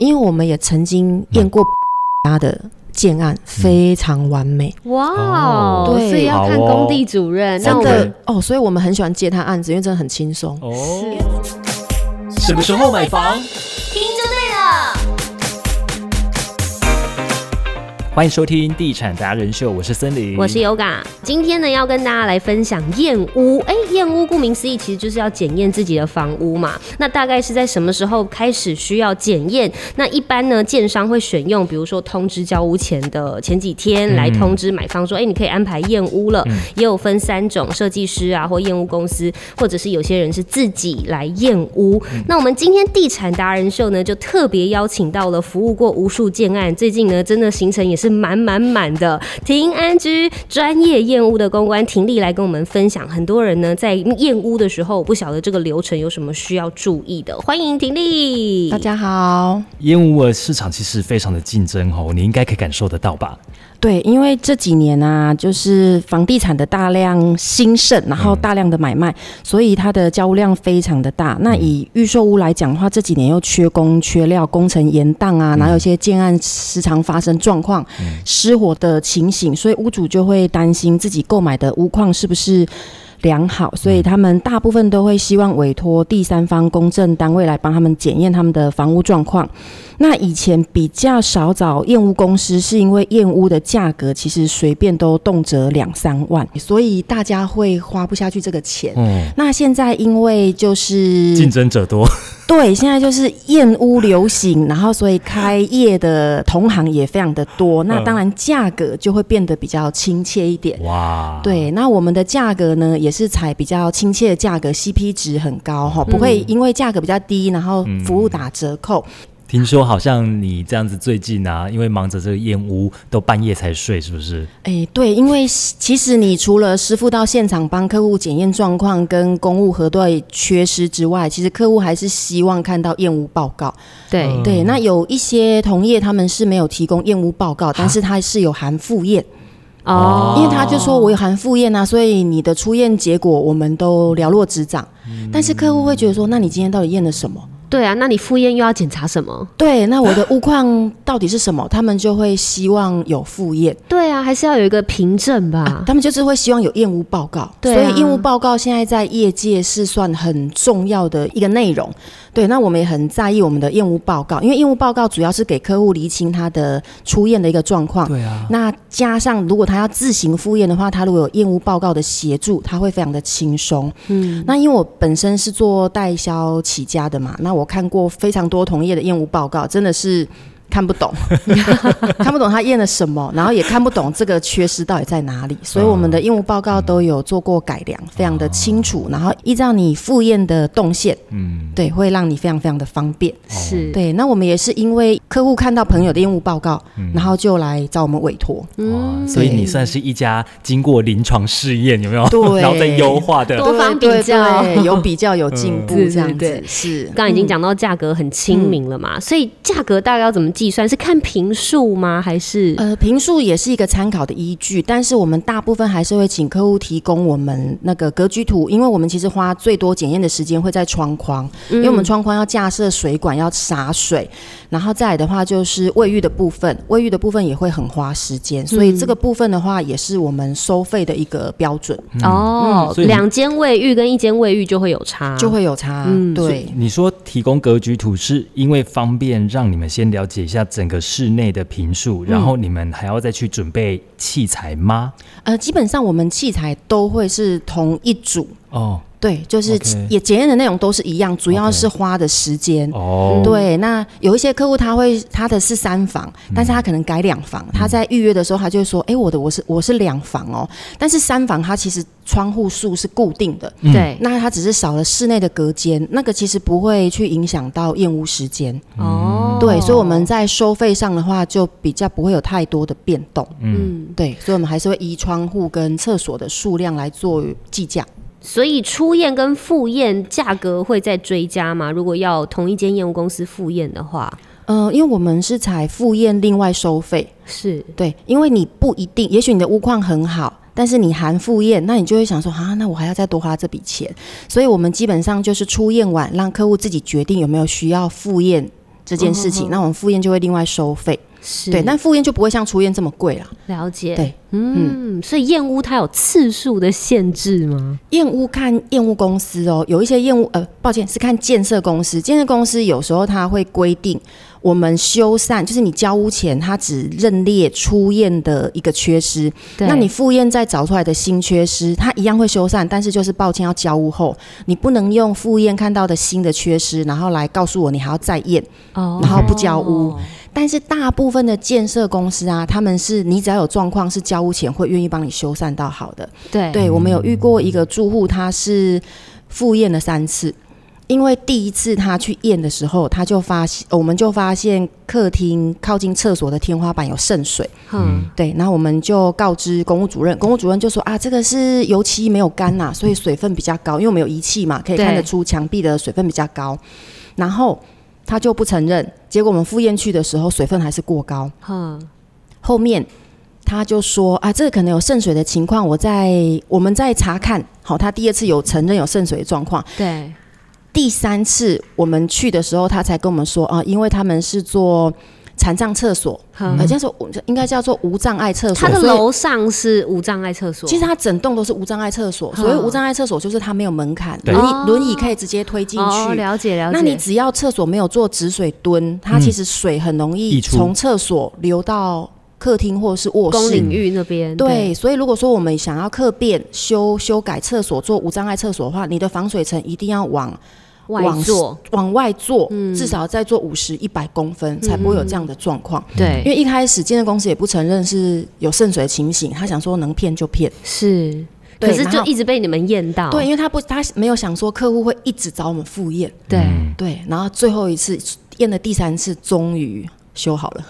因为我们也曾经验嗯过他的建案，非常完美，哇哦哦，对所以要看好哦工地主任。真那我的、们 OK 哦，所以我们很喜欢接他案子，因为真的很轻松。哦，什么时候买房？欢迎收听《地产达人秀》，我是森林，我是 Yoga，今天呢要跟大家来分享验屋。哎，验屋顾名思义，其实就是要检验自己的房屋嘛。那大概是在什么时候开始需要检验？那一般呢，建商会选用，比如说通知交屋前的前几天嗯来通知买方说，哎、你可以安排验屋了。也有分三种，设计师啊，或验屋公司，或者是有些人是自己来验屋。那我们今天地产达人秀呢，就特别邀请到了服务过无数建案，最近呢真的行程也是满满满的。庭安居专业验屋的公关婷丽来跟我们分享，很多人呢在验屋的时候，不晓得这个流程有什么需要注意的。欢迎婷丽，大家好，烟雾的市场其实非常的竞争哦，你应该可以感受得到吧？对，因为这几年啊，就是房地产的大量兴盛，然嗯后大量的买卖，所以它的交屋量非常的大。嗯那以预售屋来讲的话，这几年又缺工、缺料，工程延宕嗯啊，然后有些建案时常发生状况、失火的情形，所以屋主就会担心自己购买的屋况是不是。良好，所以他们大部分都会希望委托第三方公证单位来帮他们检验他们的房屋状况。那以前比较少找验屋公司，是因为验屋的价格其实随便都动辄两三万。所以大家会花不下去这个钱。嗯，那现在因为就是竞争者多，对，现在就是燕屋流行，然后所以开业的同行也非常的多，那当然价格就会变得比较亲切一嗯点。哇，，对，那我们的价格呢，也是采比较亲切的价格，CP 值很高哈，不会因为价格比较低，然后服务打折扣。听说好像你这样子最近啊，因为忙着这个烟雾，都半夜才睡，是不是？哎、对，因为其实你除了师傅到现场帮客户检验状况跟公务核对缺失之外，其实客户还是希望看到验屋报告。对。对，那有一些同业他们是没有提供验屋报告，但是他是有含附验，哦因为他就说我有含附验啊，所以你的出验结果我们都了若指掌。但是客户会觉得说，那你今天到底验了什么？对啊，那你赴宴又要检查什么？对，那我的物况到底是什么？他们就会希望有附验。对啊，还是要有一个凭证吧。他们就是会希望有验屋报告，啊对所啊以验屋报告现在在业界是算很重要的一个内容。对，那我们也很在意我们的验屋报告，因为验屋报告主要是给客户厘清他的出验的一个状况。对啊，那加上如果他要自行复验的话，他如果有验屋报告的协助，他会非常的轻松。嗯，那因为我本身是做代销起家的嘛，那我看过非常多同业的验屋报告，真的是。看不懂， 看不懂他验了什么，然后也看不懂这个缺失到底在哪里，所以我们的验屋报告都有做过改良，非常的清楚，然后依照你复验的动线，嗯，对，会让你非常非常的方便。是，对，那我们也是因为客户看到朋友的验屋报告，然后就来找我们委托。哇，所以你算是一家经过临床试验，有没有？对 然后再优化的，多方比对对较对有比较有进步嗯这样对对子是。嗯刚刚已经讲到价格很亲民了嘛，所以价格大概要怎么计算？是看平数吗？还是、呃，评述也是一个参考的依据，但是我们大部分还是会请客户提供我们那个格局图，因为我们其实花最多检验的时间会在窗框，嗯因为我们窗框要架设水管，要洒水，然后再来的话就是卫浴的部分，卫浴的部分也会很花时嗯间，所以这个部分的话也是我们收费的一个标准，哦嗯，所以你两间卫浴跟一间卫浴就会有差，就会有差。嗯对，你说提供格局图是因为方便让你们先了解一下整个室内的平数，然后你们还要再去准备器材吗？呃，基本上我们器材都会是同一组。哦对，就是 OK 也检验的内容都是一样，主要 OK 是花的时间。哦，对，那有一些客户他会他的是三房，但是他可能改两房。他在预约的时候，他就会说：“哎、我的我是我是两房哦，但是三房它其实窗户数是固定的，嗯对、那它只是少了室内的隔间，那个其实不会去影响到验屋时间。嗯哦，对，所以我们在收费上的话，就比较不会有太多的变动。嗯，对，所以我们还是会依窗户跟厕所的数量来做计价。所以初验跟复验价格会再追加吗？如果要同一间验屋公司复验的话，呃，因为我们是采复验另外收费，是对，因为你不一定，也许你的屋况很好，但是你含复验，那你就会想说啊，那我还要再多花这笔钱，所以我们基本上就是出验完，让客户自己决定有没有需要复验这件事情，那我们复验就会另外收费。是对，但复验就不会像初验这么贵啦。了解，对，嗯，所以燕屋它有次数的限制吗？验屋看验屋公司哦，有一些验屋呃，抱歉是看建设公司，建设公司有时候它会规定我们修缮，就是你交屋前它只认列出验的一个缺失，对那你复验再找出来的新缺失，它一样会修缮，但是就是抱歉要交屋后，你不能用复验看到的新的缺失，然后来告诉我你还要再验。哦然后不交屋但是大部分的建设公司啊，他们是你只要有状况是交屋前会愿意帮你修缮到好的。对对我们有遇过一个住户，他是复验了三次。因为第一次他去验的时候，他就发现，我们就发现客厅靠近厕所的天花板有渗水，嗯，对，然后我们就告知公务主任，公务主任就说啊，这个是油漆没有干呐、所以水分比较高，因为我们有仪器嘛，可以看得对出墙壁的水分比较高。然后他就不承认，结果我们复验去的时候，水分还是过高。哼，后面他就说啊，这个可能有渗水的情况，我在我们在查看。好，他第二次有承认有渗水的状况，对，第三次我们去的时候，他才跟我们说啊，因为他们是做残障厕所，哼呃，这样说我应该叫做无障碍厕所。它的所以楼上是无障碍厕所，其实它整栋都是无障碍厕所，所谓嗯无障碍厕所就是它没有门槛，对轮哦椅轮椅可以直接推进哦，去。了解了解，那你只要厕所没有做止水墩，它其实水很容易溢出从厕所流到客厅或者是卧公领室。域那边对，所以如果说我们想要客变、修修改厕所做无障碍厕所的话，你的防水层一定要往外往座，往外做，嗯至少再做五十一百公分，才不会有这样的状况。因对，为一开始建设公司也不承认是有渗水的情形，他想说能骗就骗。是，对可是然就后一直被你们验到，对，因为他不，他没有想说客户会一直找我们复验，对，对，然后最后一次验了第三次，终于修好了，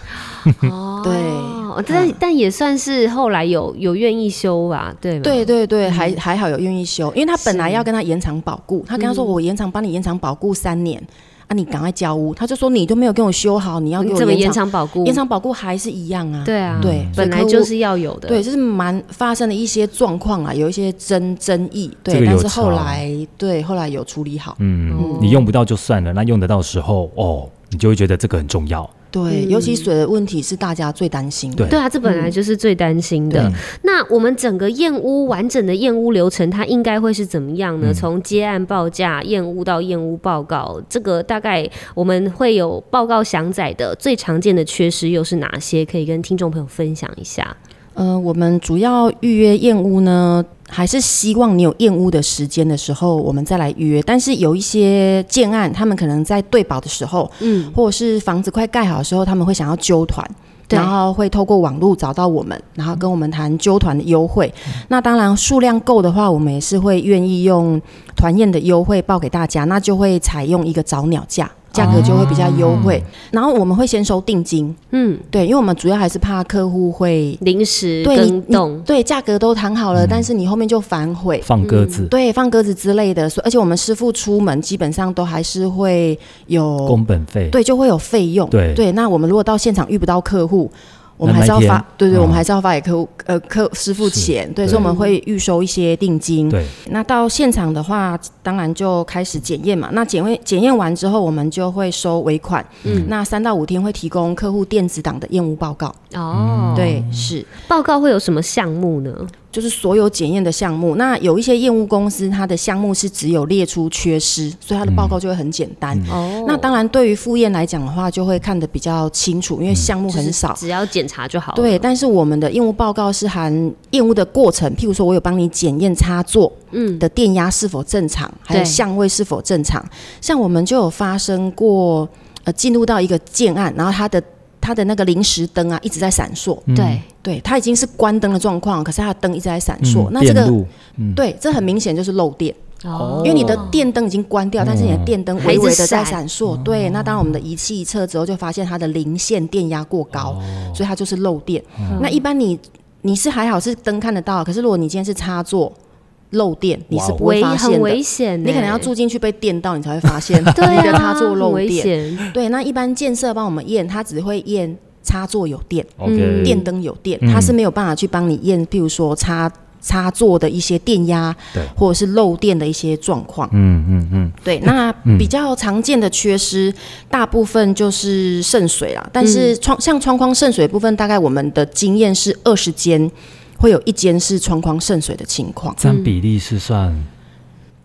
哦 对嗯但但也算是后来有有愿意修吧，对吗？对对嗯对，还还好有愿意修，因为他本来要跟他延长保固，他跟他嗯说我延长帮你延长保固三年，啊，你赶快交屋，他就说你都没有给我修好，你要给你我怎么嗯延延长长保固？延长保固还是一样啊，对啊，对，所以本来客户就是要有的，对，就是蛮发生了一些状况啊，有一些争争议，对，这个有但是后哦差来对后来有处理好，嗯，你用不到就算了，那用得到的时候，哦，你就会觉得这个很重要。对，嗯尤其水的问题是大家最担心的，对对啊，这本嗯来就是最担心的。那我们整个验屋完整的验屋流程，它应该会是怎么样嗯呢？从接案报价、验屋到验屋报告，这个大概我们会有报告详载的。最常见的缺失又是哪些？可以跟听众朋友分享一下。呃，我们主要预约燕屋呢，还是希望你有燕屋的时间的时候，我们再来预约。但是有一些建案，他们可能在对保的时候，嗯，或者是房子快盖好的时候，他们会想要揪团。对然后会透过网络找到我们，然后跟我们谈揪团的优惠。那当然数量够的话，我们也是会愿意用团宴的优惠报给大家，那就会采用一个早鸟价，价格就会比较优惠。然后我们会先收定金，嗯，对，因为我们主要还是怕客户会临时对你更动，对，价格都谈好了，嗯但是你后面就反悔。放鸽嗯子，对，放鸽子之类的，所以而且我们师傅出门基本上都还是会有，工本费，对，就会有费用。对那我们如果到现场遇不到客户，我们那还是要那一发天，对对，嗯我们还是要发给客户，呃，客师傅是钱。对，对所以我们会预收一些定金。对，那到现场的话，当然就开始检验嘛。那检验检验完之后，我们就会收尾款。嗯，那三到五天会提供客户电子档的验屋报告。哦，，对，是。报告会有什么项目呢？就是所有检验的项目。那有一些验屋公司，它的项目是只有列出缺失，所以它的报嗯告就会很简单。哦那当然，对于复验来讲的话，就会看得比较清楚，嗯因为项目就是很少。只要检查就好了。对，但是我们的验屋报告是含验屋的过程，譬如说我有帮你检验插座，嗯，的电压是否正常，还有对相位是否正常。像我们就有发生过，呃，进入到一个建案，然后它的它的那个临时灯啊一直在闪烁，对，对，它已经是关灯的状况，可是它的灯一直在闪嗯烁，那这电个路对，这很明显就是漏电，哦嗯因为你的电灯已经关掉，但是你的电灯还微一直微的在闪闪烁。对，那当然我们的仪器一测之后，就发现它的零线电压过高，所以它就是漏电。那一般你你是还好是灯看得到，可是如果你今天是插座漏电，你是不会危发很现的危。险呢，你可能要住进去被电到，你才会发现 对啊，你的插座很漏危电。险。对，那一般建设帮我们验，它只会验插座有电。 ，OK，电灯有电，嗯它是没有办法去帮你验，譬如说插插座的一些电压，对或者是漏电的一些状况。嗯嗯嗯，对，那比较常见的缺失，大部分就是渗水啦。但嗯是窗像窗框渗水的部分，大概我们的经验是二十间会有一间是窗框渗水的情况。占比例是算，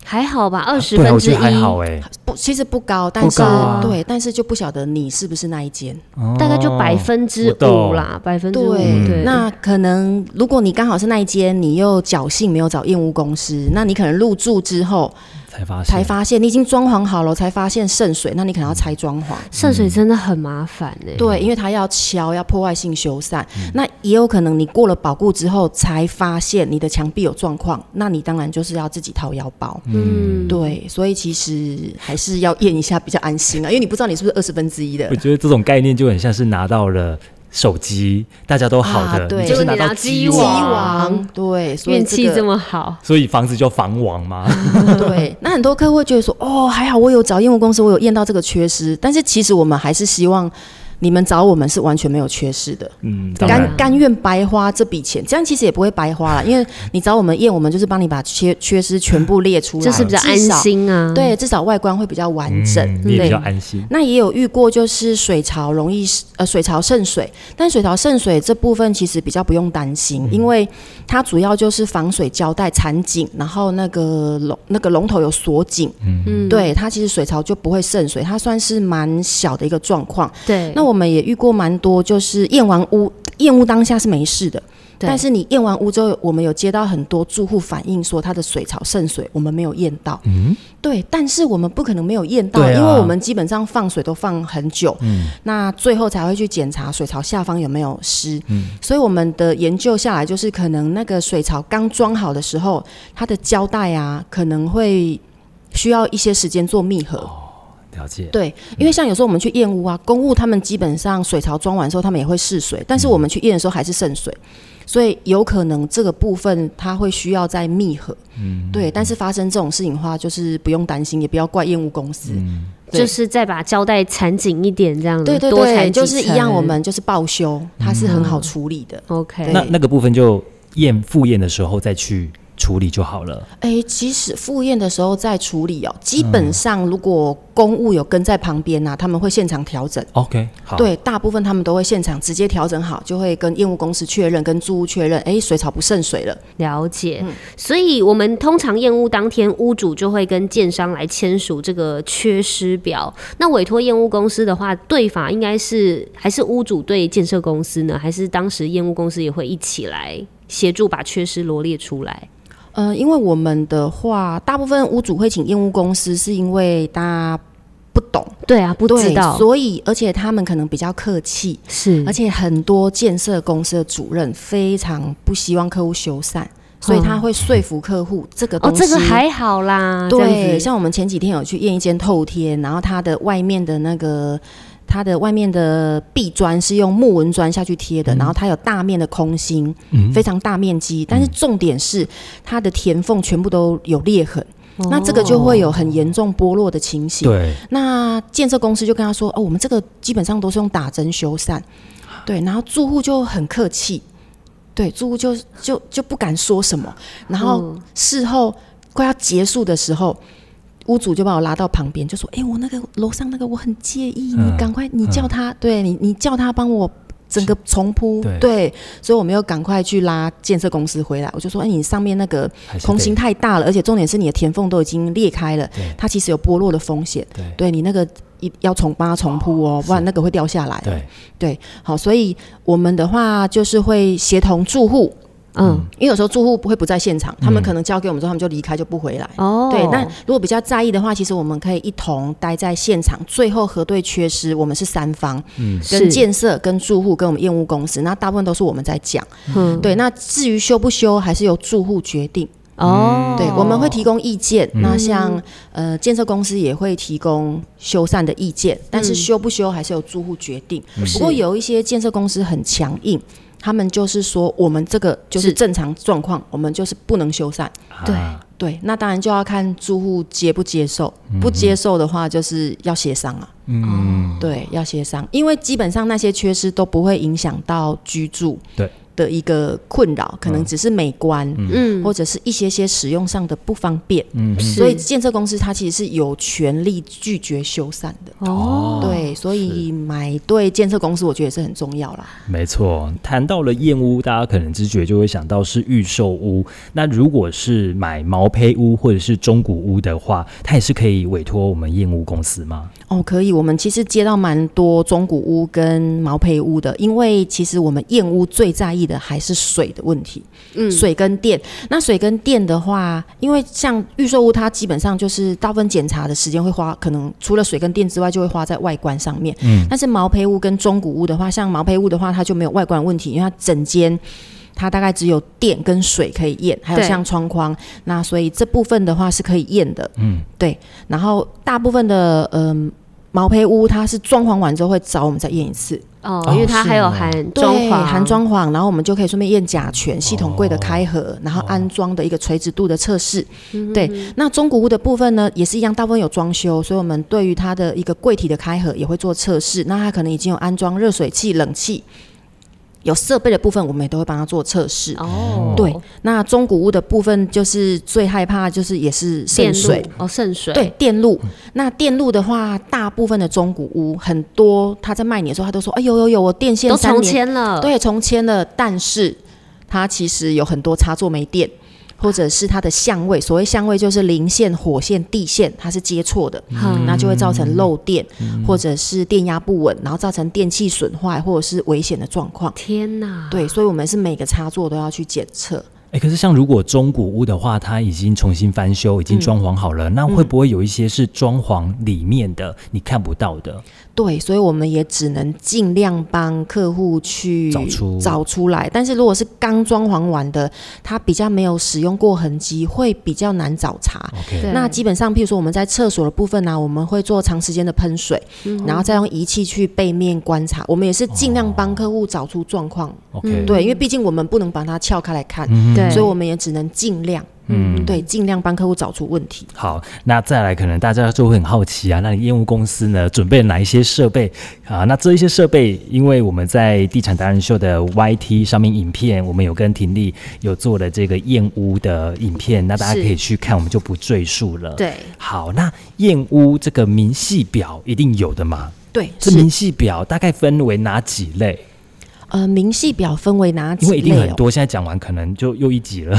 还好吧，二十对啊，分我之觉一，得还好哎，不，其实不高，但是、高啊对，但是就不晓得你是不是那一间。大概就哦百分之我五懂啦，百分之五。对，对，那可能如果你刚好是那一间，你又侥幸没有找验屋公司，那你可能入住之后哦才发现才发现你已经装潢好了，才发现渗水，那你可能要拆装潢。渗嗯水真的很麻烦哎、对，因为它要敲，要破坏性修缮。那也有可能你过了保固之后才发现你的墙壁有状况，那你当然就是要自己掏腰包。嗯，对，所以其实还是要验一下比较安心啊，因为你不知道你是不是二十分之一的我。觉得这种概念就很像是拿到了手机，大家都好的，啊对你就是结果你到拿鸡鸡网，王对，所以运气个这么好，所以房子就防网嘛。 对，那很多客户会觉得说，哦，还好我有找验屋公司，我有验到这个缺失。但是其实我们还是希望你们找我们是完全没有缺失的，嗯，当然甘甘愿白花这笔钱，这样其实也不会白花了，因为你找我们验，我们就是帮你把缺缺失全部列出来，就是比较安至少。心啊。，对，至少外观会比较完整。嗯你也比对较，安心。那也有遇过就是水槽容易呃水槽渗水，但水槽渗水这部分其实比较不用担心，因为它主要就是防水胶带缠紧，然后那个龙那个龙头有锁紧，嗯，对它其实水槽就不会渗水，它算是蛮小的一个状况。对。那我们也遇过蛮多，就是验完屋验屋当下是没事的。对但是你验完屋之后，我们有接到很多住户反映说他的水槽渗水，我们没有验到。嗯，对，但是我们不可能没有验到，对啊嗯因为我们基本上放水都放很久，那最后才会去检查水槽下方有没有湿。嗯所以我们的研究下来就是，可能那个水槽刚装好的时候，它的胶带啊可能会需要一些时间做密合。了解。对，因为像有时候我们去验屋啊，公务他们基本上水槽装完之后，他们也会试水，但是我们去验的时候还是渗水，所以有可能这个部分它会需要再密合。嗯，对。但是发生这种事情的话，就是不用担心，也不要怪验屋公司。对就是再把胶带缠紧一点，这样子对对多缠对，几就是一样，层我们就是报修，它是很好处理的。 OK 对那那个部分就验复验的时候再去处理就好了。哎、其实复验的时候再处理哦，基本上如果公务有跟在旁边呐、啊他们会现场调整。 OK，好。对，大部分他们都会现场直接调整好，就会跟业务公司确认，跟租屋确认，哎，水槽不渗水了。了解，嗯所以我们通常验屋当天，屋主就会跟建商来签署这个缺失表。那委托验屋公司的话，对法应该是还是屋主对建设公司呢，还是当时验屋公司也会一起来协助把缺失罗列出来？呃，因为我们的话，大部分屋主会请业务公司，是因为大家不懂，对啊，不对知道嗯所以而且他们可能比较客气，是而且很多建设公司的主任非常不希望客户修缮，所以他会说服客户这个哦，东西。这个还好啦，啊这样对，子像我们前几天有去验一间透天，然后它的外面的那个。它的外面的壁砖是用木纹砖下去贴嗯的，然后它有大面的空心，非常大面积。但是重点是它的填缝全部都有裂痕，哦那这个就会有很严重剥落的情形。对，那建设公司就跟他说：“哦，我们这个基本上都是用打针修缮，对。”然后住户就很客气，对，住户就就就不敢说什么。然后事后快要结束的时候，屋主就把我拉到旁边，就说：“哎、我那个楼上那个我很介意，嗯你赶快你嗯叫他，对你你叫他帮我。”整个重铺对对，所以我们又赶快去拉建设公司回来。我就说，哎，你上面那个还是空心得太大了，而且重点是你的填缝都已经裂开了对，它其实有剥落的风险。对对你那个一要重帮它重铺哦，不然那个会掉下来。对，好，所以我们的话就是会协同住户，嗯因为有时候住户不会不在现嗯场，他们可能交给我们之后，他们就离开就不回来。哦，对，那如果比较在意的话，其实我们可以一同待在现场，最后核对缺失，我们是三方，跟嗯是建设、跟住户、跟我们验屋公司，那大部分都是我们在讲。嗯对，那至于修不修，还是由住户决定。哦，对，我们会提供意见。嗯那像呃，建设公司也会提供修缮的意见，嗯但是修不修还是由住户决定。嗯不过有一些建设公司很强硬。他们就是说，我们这个就是正常状况，我们就是不能修缮。对啊对，那当然就要看住户接不接受，不接受的话就是要协商啊。嗯，对，要协商，因为基本上那些缺失都不会影响到居住。对的一个困扰，可能只是美观，嗯，或者是一些些使用上的不方便。嗯哼，所以建设公司它其实是有权利拒绝修缮的。哦，对，所以买对建设公司，我觉得也是很重要啦。没错。谈到了燕屋，大家可能直觉就会想到是预售屋。那如果是买毛坯屋或者是中古屋的话，它也是可以委托我们燕屋公司吗？哦，可以。我们其实接到蛮多中古屋跟毛坯屋的，因为其实我们燕屋最在意的还是水的问题，嗯水跟电。那水跟电的话，因为像预售屋，它基本上就是大部分检查的时间会花，可能除了水跟电之外，就会花在外观上面。嗯，但是毛坯屋跟中古屋的话，像毛坯屋的话，它就没有外观问题，因为它整间。它大概只有电跟水可以验，还有对像窗框，那所以这部分的话是可以验的。嗯，对。然后大部分的嗯、毛坯屋，它是装潢完之后会找我们再验一次，哦，哦因为它是还有哦含装啊对潢，含装潢，然后我们就可以顺便验甲醛、系统柜的开合，哦然后安装的一个垂直度的测试。嗯对，那中古屋的部分呢，也是一样，大部分有装修，所以我们对于它的一个柜体的开合也会做测试。那它可能已经有安装热水器、冷气，有设备的部分，我们也都会帮它做测试。哦，对，那中古屋的部分就是最害怕，就是也是渗电水路，嗯哦，渗水，对，电路。那电路的话，大部分的中古屋很多，他在卖你的时候，他都说：“哎，有有有，我电线都三重年，签了，，对，重签了。”但是它其实有很多插座没电，或者是它的相位，所谓相位就是零线、火线、地线，它是接错的，嗯那就会造成漏电，嗯或者是电压不稳，然后造成电器损坏或者是危险的状况。天啊哪，对，所以我们是每个插座都要去检测。哎，可是像如果中古屋的话，它已经重新翻修，已经嗯装潢好了，那会不会有一些是装潢里面的你看不到的？对，所以我们也只能尽量帮客户去找出找出来。但是如果是刚装潢完的，它比较没有使用过痕迹，会比较难找查。 OK，对那基本上，譬如说我们在厕所的部分啊呢、我们会做长时间的喷水，嗯然后再用仪器去背面观察。我们也是尽量帮客户找出状况， OK，嗯嗯对，因为毕竟我们不能把它撬开来看，嗯对，所以我们也只能尽量，嗯，对，尽量帮客户找出问题。好，那再来，可能大家就会很好奇啊，那你业务公司呢，准备了哪一些设备啊？那这一些设备，因为我们在地产达人秀的 YT 上面影片，我们有跟婷丽有做了这个燕屋的影片，那大家可是以去看，我们就不赘述了。，对，好，那燕屋这个明细表一定有的嘛？对，这是明细表大概分为哪几类？呃，明细表分为哪几因为类、哦？一定很多，现在讲完可能就又一集 了。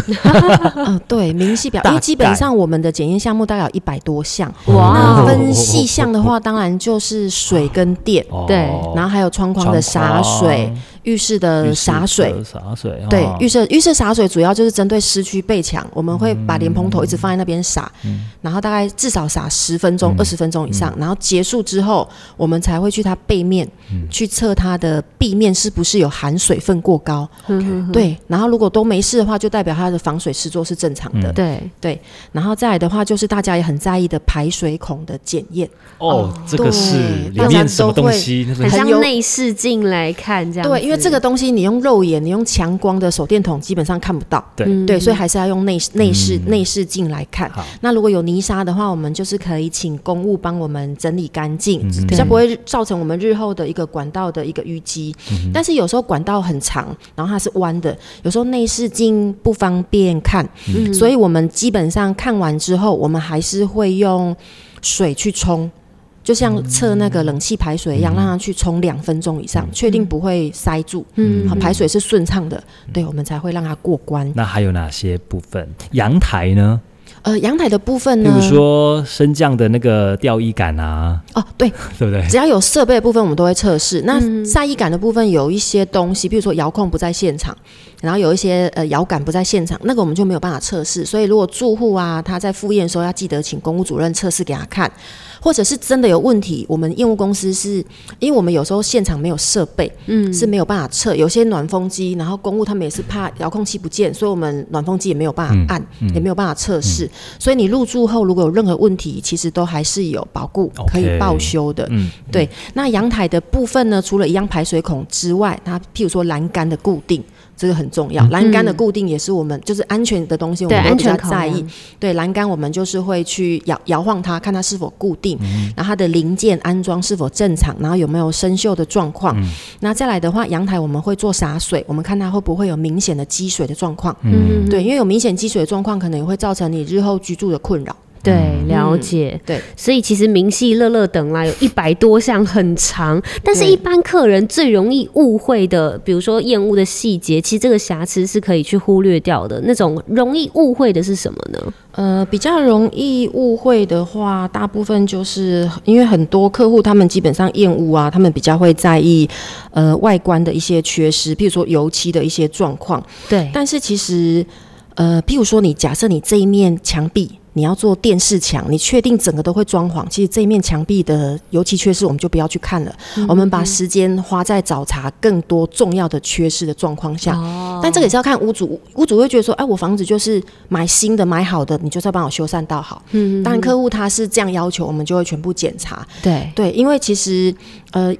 嗯，对，明细表，大因为基本概上我们的检验项目大概有一百多项，哇那哦分细项的话，当然就是水跟电，对哦然后还有窗框的洒水窗、浴室的洒水浴室。的洒水，对哦，浴室浴室洒水主要就是针对市区背墙，我们会把莲蓬头一直放在那边洒，然后大概至少洒十分钟、二十分钟以上，然后结束之后，我们才会去它背面去测它的壁面是不是有含水分过高。对，然后如果都没事的话，就代表它的防水施作是正常的。对，然后再来的话，就是大家也很在意的排水孔的检验。哦，这个是对里面什么东西？那很个很像有内视镜来看这样子，对，因为这个东西你用肉眼、你用强光的手电筒基本上看不到。对嗯嗯对，所以还是要用内内视、内视镜来看好。那如果有泥沙的话，我们就是可以请公务帮我们整理干净，嗯比较对不会造成我们日后的一个管道的一个淤积。嗯但是有时候管道很长，然后它是弯的，有时候内视镜不方便看，嗯嗯所以我们基本上看完之后，我们还是会用水去冲。就像测那个冷气排水一嗯样，让它去冲两分钟以上，确定不会塞住，嗯，排水是顺畅的，对我们才会让它过关。那还有哪些部分？阳台呢？呃，阳台的部分比呢，如说升降的那个吊衣杆啊， 哦，对，对不对？只要有设备的部分，我们都会测试。那在意感的部分有一些东西，比如说遥控不在现场，然后有一些呃遥感不在现场，那个我们就没有办法测试。所以如果住户啊他在复验的时候，要记得请公务主任测试给他看，或者是真的有问题，我们业务公司是因为我们有时候现场没有设备，嗯，是没有办法测。有些暖风机，然后公务他们也是怕遥控器不见，所以我们暖风机也没有办嗯法按，也没有办法测试。所以你入住后如果有任何问题，其实都还是有保固 OK 可以报修的。嗯，对，那阳台的部分呢，除了一样排水孔之外，它譬如说栏杆的固定，这个很重要。栏杆的固定也是我们就是安全的东西，我嗯对们会比较安全考嗯量在意。对栏杆，我们就是会去摇摇晃它，看它是否固定，嗯然后它的零件安装是否正常，然后有没有生锈的状况。嗯那再来的话，阳台我们会做洒水，我们看它会不会有明显的积水的状况。嗯，对，因为有明显积水的状况，可能也会造成你日后居住的困扰。对，了解。对，所以其实明细乐乐等啦，有一百多项，很长。但是，对一般客人最容易误会的，比如说厌恶的细节，其实这个瑕疵是可以去忽略掉的。那种容易误会的是什么呢？呃，比较容易误会的话，大部分就是因为很多客户他们基本上厌恶啊，他们比较会在意呃外观的一些缺失，譬如说油漆的一些状况。对但是其实呃，譬如说你假设你这一面墙壁。你要做电视墙，你确定整个都会装潢？其实这一面墙壁的油漆缺失，我们就不要去看了。我们把时间花在找查更多重要的缺失的状况下。哦但这个也是要看屋主，屋主会觉得说，哎，我房子就是买新的、买好的，你就是要帮我修缮到好。嗯当然客户他是这样要求，我们就会全部检查。对对，因为其实呃，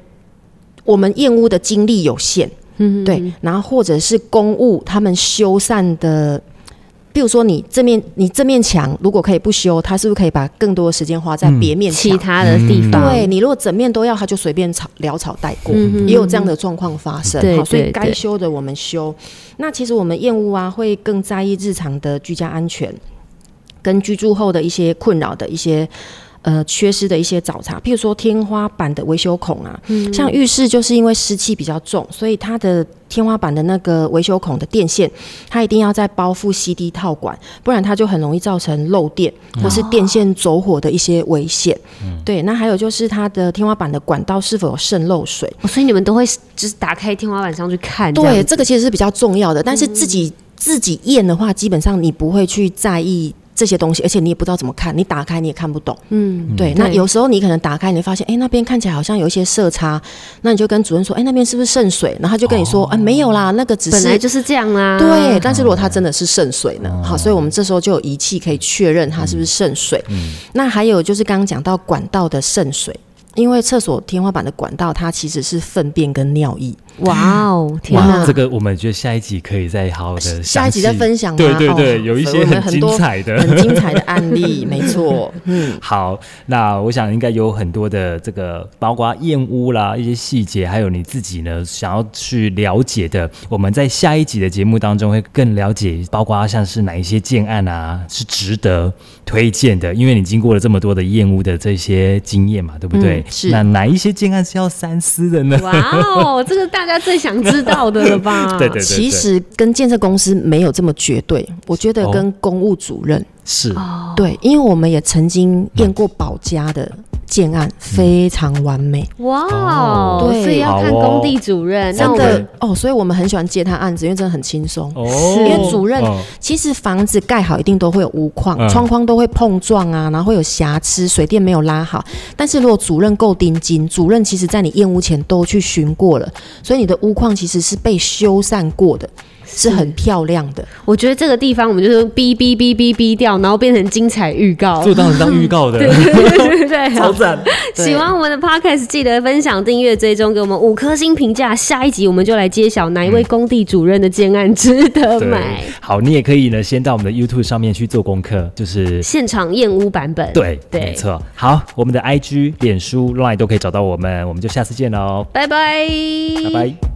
我们验屋的精力有限，嗯，对，然后或者是公务他们修缮的。比如说，你这面你这面墙如果可以不修，他是不是可以把更多的时间花在别面墙？其他的地方，对你如果整面都要，他就随便草潦草带过，嗯哼也有这样的状况发生。对好，所对以该对修的我们修。那其实我们厌恶啊，会更在意日常的居家安全，跟居住后的一些困扰的一些。呃，缺失的一些找茬，譬如说天花板的维修孔啊，嗯像浴室就是因为湿气比较重，所以它的天花板的那个维修孔的电线，它一定要再包覆 CD 套管，不然它就很容易造成漏电嗯或是电线走火的一些危险。对，那还有就是它的天花板的管道是否有渗漏水？哦所以你们都会就是打开天花板上去看，这样对，嗯这个其实是比较重要的，但是自己、自己验的话，基本上你不会去在意。这些东西，而且你也不知道怎么看，你打开你也看不懂。嗯，对。那对有时候你可能打开，你会发现，哎、那边看起来好像有一些色差，那你就跟主任说，哎、那边是不是渗水？然后他就跟你说，哎、没有啦，那个只哦本来是就是啊嗯这样啦、对，但是如果它真的是渗水呢？好，所以我们这时候就有仪器可以确认它是不是渗水。嗯那还有就是刚刚讲到管道的渗水，因为厕所天花板的管道它其实是粪便跟尿液。哇哦，天哇，哪！这个我们觉得下一集可以再好好的下一集再分享吗对对对，哦有一所以些我们很很精多彩的，很精彩的案例，没 错。嗯，好，那我想应该有很多的这个，包括燕屋啦一些细节，还有你自己呢想要去了解的，我们在下一集的节目当中会更了解，包括像是哪一些建案啊是值得推荐的，因为你经过了这么多的燕屋的这些经验嘛，对不对？嗯是那哪一些建案是要三思的 呢？哇哦，这个大家最想知道的了吧？ 对对对其实跟建设公司没有这么绝对，我觉得哦跟公务主任、是对，因为我们也曾经验过保家的建案，非常完美。哇哦哦，对所以要看好哦工地主任。那嗯真我们的哦，所以我们很喜欢接他案子，因为真的很轻松。哦，因为主任哦其实房子盖好一定都会有屋况，嗯窗框都会碰撞啊，然后会有瑕疵，水电没有拉好。但是如果主任够盯紧，主任其实在你验屋前都去巡过了，所以你的屋况其实是被修缮过的，是很漂亮的。我觉得这个地方我们就是哔哔哔哔哔掉，然后变成精彩预告。做当成当预告 的， 对对超对，赞。喜欢我们的 podcast 记得分享、订阅、追踪，给我们五颗星评价。下一集我们就来揭晓哪一位工地主任的建案值得对买， 好，你也可以呢，先到我们的 YouTube 上面去做功课，就是现场验屋版本。对，没对，错。好，我们的 IG、脸书、Line 都可以找到我们，我们就下次见喽，拜拜，哦拜拜。